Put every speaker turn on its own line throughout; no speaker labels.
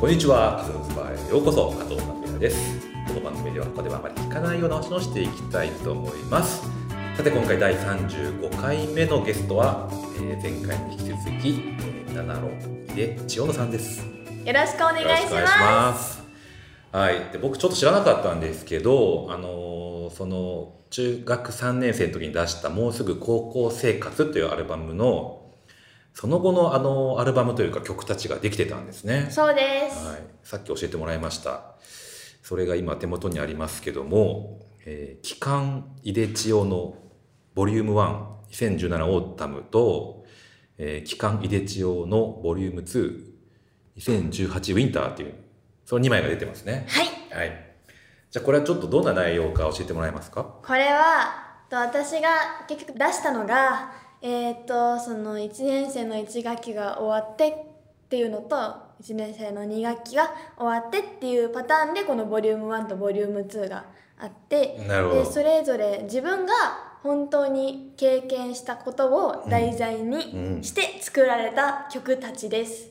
こんにちは、カズンスバへようこそ、加藤拓也です。この番組では他ではあまり聞かないようなお話をしていきたいと思います。さて、今回第35回目のゲストは、えー前回に引き続き、えー、七郎秀千代野さんです。
よろしくお願いします。
す。はい、で僕ちょっと知らなかったんですけど、あのーその中学3年生の時に出した「もうすぐ高校生活」というアルバムのその後のあのアルバムというか曲たちができてたんですね。
そうです。
はい、さっき教えてもらいました。それが今手元にありますけども、えー、期間井出千代のボリューム1、2017オータムと、えー、期間井出千代のボリューム2、2018ウィンターっていう、その2枚が出てますね。
は
は
い。
い。じゃあこれはちょっとどんな内容か教えてもらえますか
これは、と私が結局出したのが、えっ、と、その1年生の1学期が終わってっていうのと、1年生の2学期が終わってっていうパターンで、このボリューム1とボリューム2があって、
なるほど。
で、それぞれ自分が本当に経験したことを題材
うんうん
にして作られた曲たちです。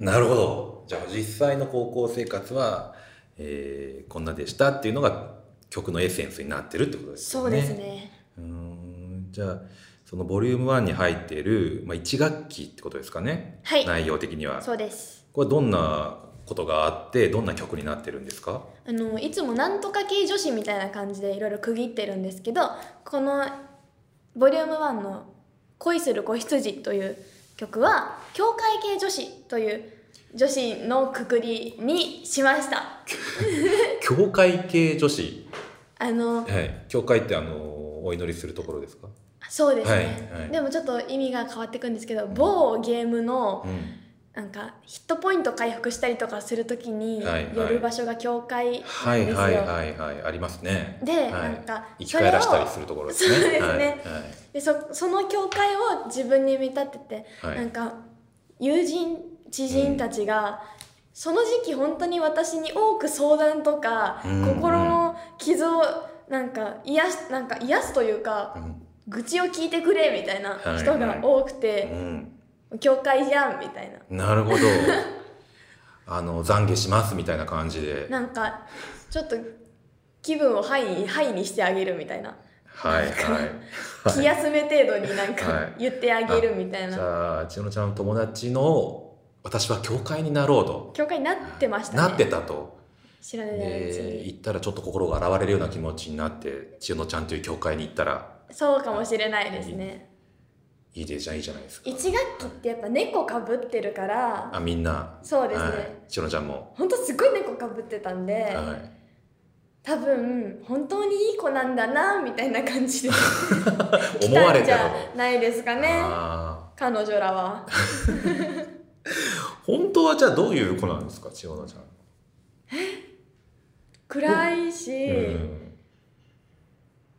なるほど。じゃあ実際の高校生活は、えーこんなでしたっていうのが曲のエッセンスになってるってことですよ
そうですね。
うーんじゃあそのボリューム1に入っている、まあ、1学期ってことですかね、
はい。
内容的には
そうです。
これはどんなことがあってどんな曲になってるんですか
あのいつもなんとか系女子みたいな感じでいろいろ区切ってるんですけどこのボリューム1の「恋する子羊」という曲は教会系女子という女子のくくりにしました
教会系女子
あの
はい教会ってあのお祈りするところですか、
そうですね、
はいはい
でもちょっと意味が変わってくんですけど某ゲームの
うん、
なんかヒットポイント回復したりとかするときに
はいはい
寄る場所が教会なんですよ、
はいはいはいはいありますね
で、
はい
なんか
生き
そ
返
れを
らしたりするところですね
そうですね
はい
でそその教会を自分に見立てて、
はいは
ないんか友人知人たちが、その時期本当に私に多く相談とか、
うん
心の傷をなんか癒すなんか癒すというか、
うん
愚痴を聞いてくれみたいな
はい
人が多くて、
うん、
教会じゃんみたいな。
な るほどあの懺悔しますみたいな感じで
なんかちょっと気分をハイにハイにしてあげるみたいな、
はいはい
気休め程度になんか
はい
言ってあげるみたい
じ
な、
ゃあ千代ちゃんの友達の私は教会になろうと
教会になってましたね
なってたと、
知らないうちに、
え行ったらちょっと心が洗われるような気持ちになって千代ちゃんという教会に行ったら
そうかもしれないですね。
いいでじゃんいいじゃないですか
1学期ってやっぱ猫かぶってるから、
あみんな
そうです
はい
ね。、
千代ちゃんも、
ほんとすごい猫かぶってたんで、
はい、
多分本当にいい子なんだなみたいな感じで 来
思わ
た
れ
んじ
た
ゃ
の
ないですかね。
あ
彼女らは。
ー本当はじゃあどういう子なんですか千代ちゃ
暗いし、
ん、うん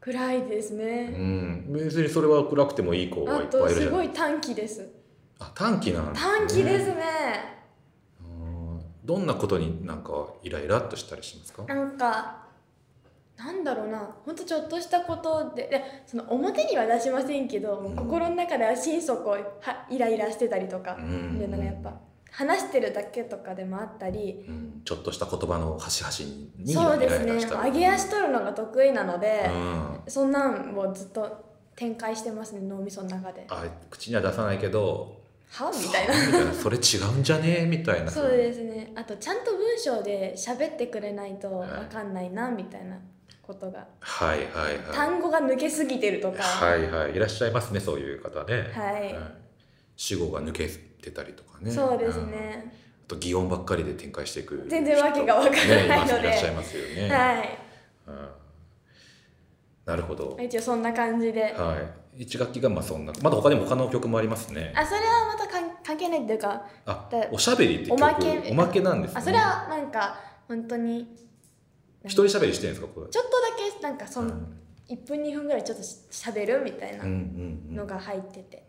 暗いですね。
うん、別にそれは暗くてもいい子が
あ
いっぱ
と
いいるじ
す
ゃな
ご
い
い短気です。
あ短期なんですね
短気ですね。
うんどんなことになんかイライラっとしたりしますか
なんかなんだろうなほんとちょっとしたことででその表には出しませんけど、
うん
心の中では心底はイライラしてたりとか
う、ん
でなんかやっぱ話してるだけとかでもあったり、
うんちょっとした言葉の端々に
そうです
イライラ
ね
した
上げ足取るのが得意なので
う、ん、
そんなんもうずっと展開してますね脳みその中で。
あ口には出さないけど
はみたい
そう み
な。
たいなそれ違うんじゃねえみたいな
そうですねあとちゃんと文章で喋ってくれないとわかんないなみたいなことが、
はいはいは
単語が抜けすぎてると
い
か。
はいはいいらっしゃいますねそういう方ね
はい
主語が抜けてたりとかね
そうです
んあ
ね。
と擬音ばっかりで展開していく
全然わけがわからないので
ねますいらっしゃいますよね、
はい。
うんなるほど、
一応そんな感じで。
はい、一楽器がまあそんなまだ他にも他の曲もありますね
あ、それはまた関関係ないっていうか、
あ
だ
おしゃべりって曲
おまけ
おまけなんですね
あ、それはなんか、本当に。
一人しゃべりしてるんですかこれ
ちょっとだけ、なんか、そ
うん
の、一分二分ぐらい、ちょっとししゃべるみたいな
うんうんう
の
ん
が入ってて。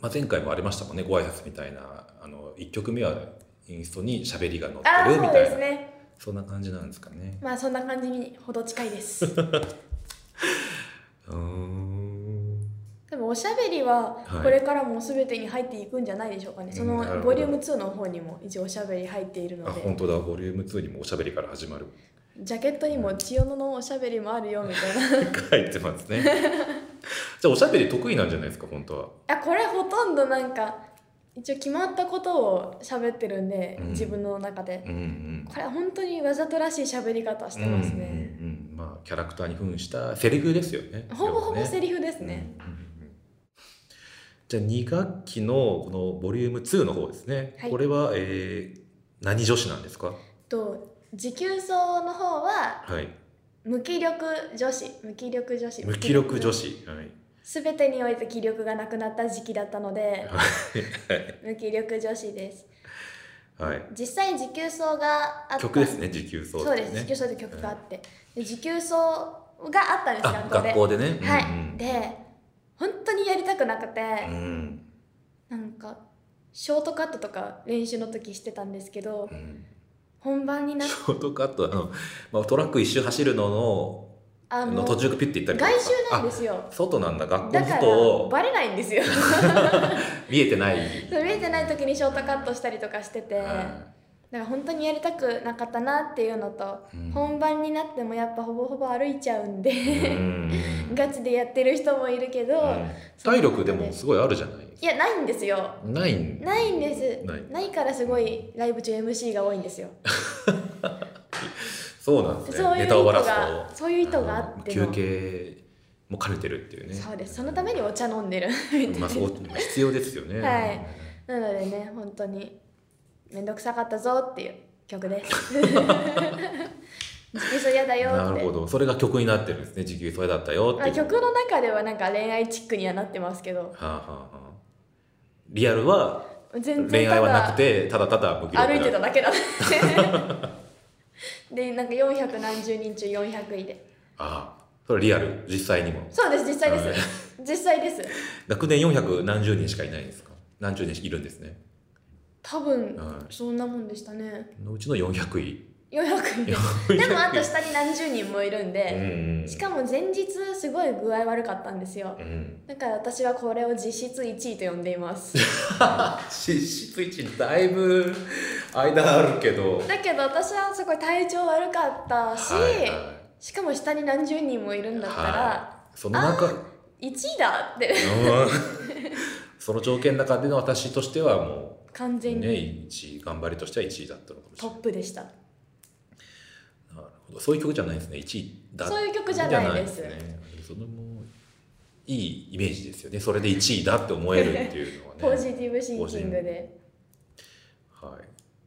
まあ、前回もありましたもんねご挨拶みたいなあの1曲目はインストにしゃべりが載
あ、
ってるみ
そう
た
で
いな
すね。
そんな感じなんですかね
まあ、そんな感 じにほど近いです。
うーん
でも、おしゃべりは
はい
これからも全てに入っていくんじゃないでしょうかね、そ
うんなるほ
の
ど
ボリューム2の方にも一応おしゃべり入っているの
あ
で
本当だボリューム2にもおしゃべりから始まる
ジャケットにも千代野のおしゃべりもあるよみたいな
書いてますね じゃあおしゃべり得意なんじゃないですか本当は
あこれほとんどなんか一応決まったことを喋ってるんで、
うん
自分の中で、
うんうん
これは本当にわざとらしい喋り方してますね、
うんうんうんまあキャラクターに扮したセリフですよね
ほぼほぼセ
リ
リフです
フ
ね。
じゃあ2学期のこのボリューム2の方ですね、
はい
これは、えー何女子なんですか
と持久走の方は
はい
無気力女子無気力女子
無気力女子はい
全てにおいて気力がなくなった時期だったので無気力女子です
はい、はい、
実際持久走があった
曲ですね時給奏
そうです持久走って曲があって、で持久走があったんです
あ
学校で
学校でね
はい、
うんうん
で本当にやりたくなくて、
うん
なんかショートカットとか練習の時してたんですけど
うん
本番になっ
ショートカットあの、まあ、トラック一周走るのの
あ
の途中ピッて行ったりとか
外周なんですよ
あ外なんだ学校
だ
の
から
外
バレないんですよ
見えてない
見えてない時にショートカットしたりとかしてて、
は
だから本当にやりたくなかったなっていうのと、
いうん
本番になってもやっぱほぼほぼ歩いちゃうんで、
うん
ガチでやってる人もいるけど、
うん体力でもすごいあるじゃない
いやないんですよ
ないん
ないんです
ない
からすごいライブ中 MC が多いんですよ
そうなんですね
そういう
ネ
意
タを
図
ばらす
が
と
そういう意図があっての
休憩も兼ねてるっていうね
そうですそのためにお茶飲んでるみたいな
まあ、そう必要ですよね
はい なのでね本当に面倒くさかったぞっていう 曲です。自給そう嫌だよって。
なるほどそれが曲になってるんですね時給それだったよって
まあ
いう
曲の中ではなんか恋愛チックにはなってますけど
はあはあはあリアルは
全然
恋
た
愛はな
だ
くてただただ無気力
歩いてた
だ
だけだ でなんか400何十人中400位で
ああそれリアル実際にも
そうです実際です実際です
学年400何十人しかいないんですか何十人いるんですね
多分
は
そんなもんでしたね
そのうちの400位
400位で
400位
でもあと下に何十人もいるんで、
うん
しかも前日すごい具合悪かったんですよ、
うん
だから私はこれを実質1位と呼んでいます
実質1だいぶ間あるけど
だけど私はすごい体調悪かったし、
はいは
しかも下に何十人もいるんだったら
い、その中
1位だって
うん その条件の中での私としてはも
完
う
全
ね
に
一位頑張りとしては1位だったのかもし
ト
れ
ッ
ない
プでした、
なるほどそういう曲じゃないんですね1位だ
そういう曲じゃないです
じゃねそのもいいイメージですよねそれで1位だって思えるっていうのは
ポ
ね
ジティブシンキングで
はい、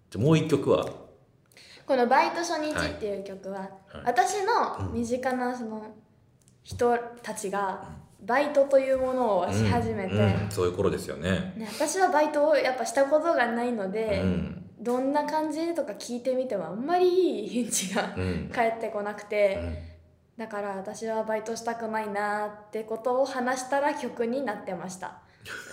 じゃあもう一曲は
この「バイト初日」っていう曲は、
はい
私の身近なその人たちがバイトというものをし始めて、
うんうんそういう頃ですよね、
ね、私はバイトをやっぱしたことがないので、
うん
どんな感じとか聞いてみてもあんまりいい返事が
うん
返ってこなく
う
て
ん
だから私はバイトしたくないなーってことを話したら曲になってました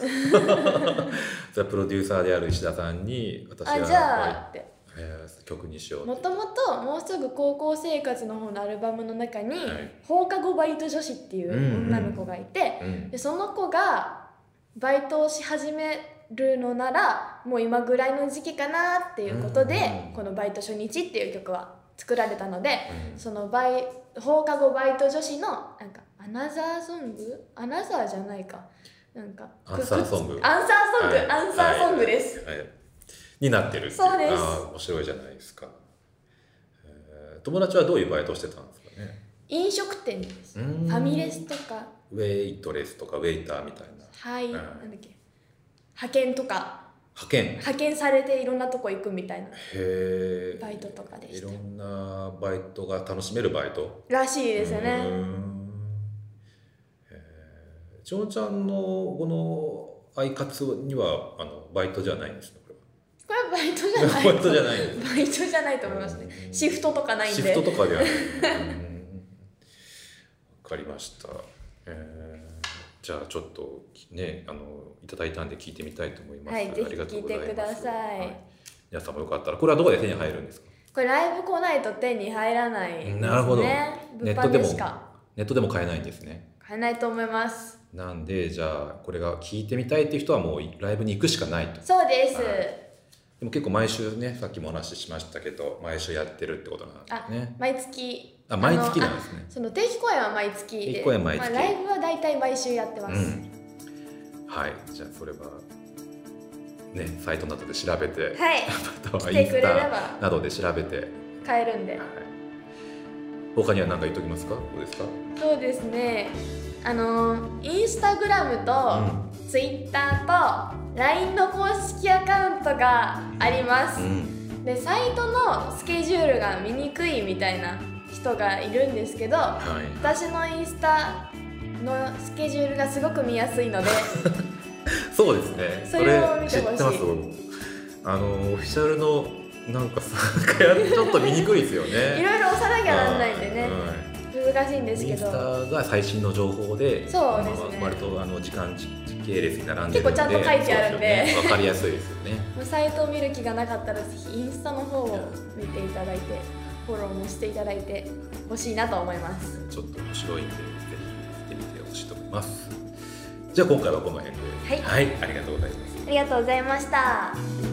それはプロデューサーである石田さんに私は
あじゃあって
えー曲にしよう
もともともうすぐ高校生活の方のアルバムの中に、
はい
放課後バイト女子っていう女の子がいて、
うん
でその子がバイトをし始めるのならもう今ぐらいの時期かなっていうことで、
うん
この「バイト初日」っていう曲は作られたので、
うん
そのバイ放課後バイト女子のなんかアナザーソングアナザーじゃないかなんか
アンサーソング
アンサーソング、
はい
アンサーソングです、
はいになってるってい
そうです
あー面白いじゃないですか、えー友達はどういうバイトしてたんですかね
飲食店です
う
フ
ん
ァミレスとか
ウェイトレスとかウェイターみたいな
はい、
うん
なんだっけ派遣とか
派遣へ
派遣されていろんなとこ行くみたいな
え
バイトとかで
い
した
ろんなバイトが楽しめるバイト
らしいですよ
う
ね、
ーんえー、ちょうちゃんのこのアイカツにはあのバイトじゃないんですねこれは
これ バイトじゃない
バイトじゃないんで
バイトじゃないと思いますね
うん
シフトとかないん
シ
で
フトとかではないうんわかりました、えーじゃあちょっとねあのいただいたんで聞いてみたいと思います、
はいぜひ
ありがとうござ
聞いてく
ます
ださい
は皆さんもよかったらこれはどこで手に入るんですか
これライブ来ないと手に入らないですね
なるほど
物
ネット
販
で
で
も
しか
ネットでも買えないんですね
買えないと思います
なんでじゃあこれが聞いてみたいっていう人はもうライブに行くしかないと
そうです、
はでも結構毎週ねさっきもお話ししましたけど毎週やってるってことなんですね
毎月
あ毎月
あの
なんですね
その定期公演は毎月で
定期公演毎月
まあ、ライブは大体毎週やってま
う
す、
んはいじゃあそれはねサイトなどで調べて、
はい
あとは
来
イ
て
ン
くれ
ス
れ
タ
ば
などで調べて、はい、
買えるんで
他には何か言っときますかどうですか
そうですねあのインスタグラムと
う
ツイッターと LINE の公式アカウントがあります、
ん、うん、
でサイトのスケジュールが見にくいみたいな人がいるんですけど
はい
私のインスタのスケジュールがすごく見やすい ので
そうですね。
それを見
そ
て
れ知
ほしい
ってます。僕もあのオフィシャルのなんかさ、ちょっと見にくいですよね。
いろいろ押さなきゃなんないんでね
は
難しいんで
い
す
イ
け
ンス
ど
タが最新の情報で、
そうですね
まあ割とあの時間時系列に並んでるので、
結構ちゃんと書いてあるんで
そうすよねわ、かりやすいですよね。
もうサイトを見る気がなかったらぜひインスタの方を見ていただいてフォローもしていただいてほしいなと思います
ちょっと面白いんでぜひ見てみてほしいと思います。じゃあ今回はこの辺で、
はい
はい、ありがとうございます。
ありがとうございました。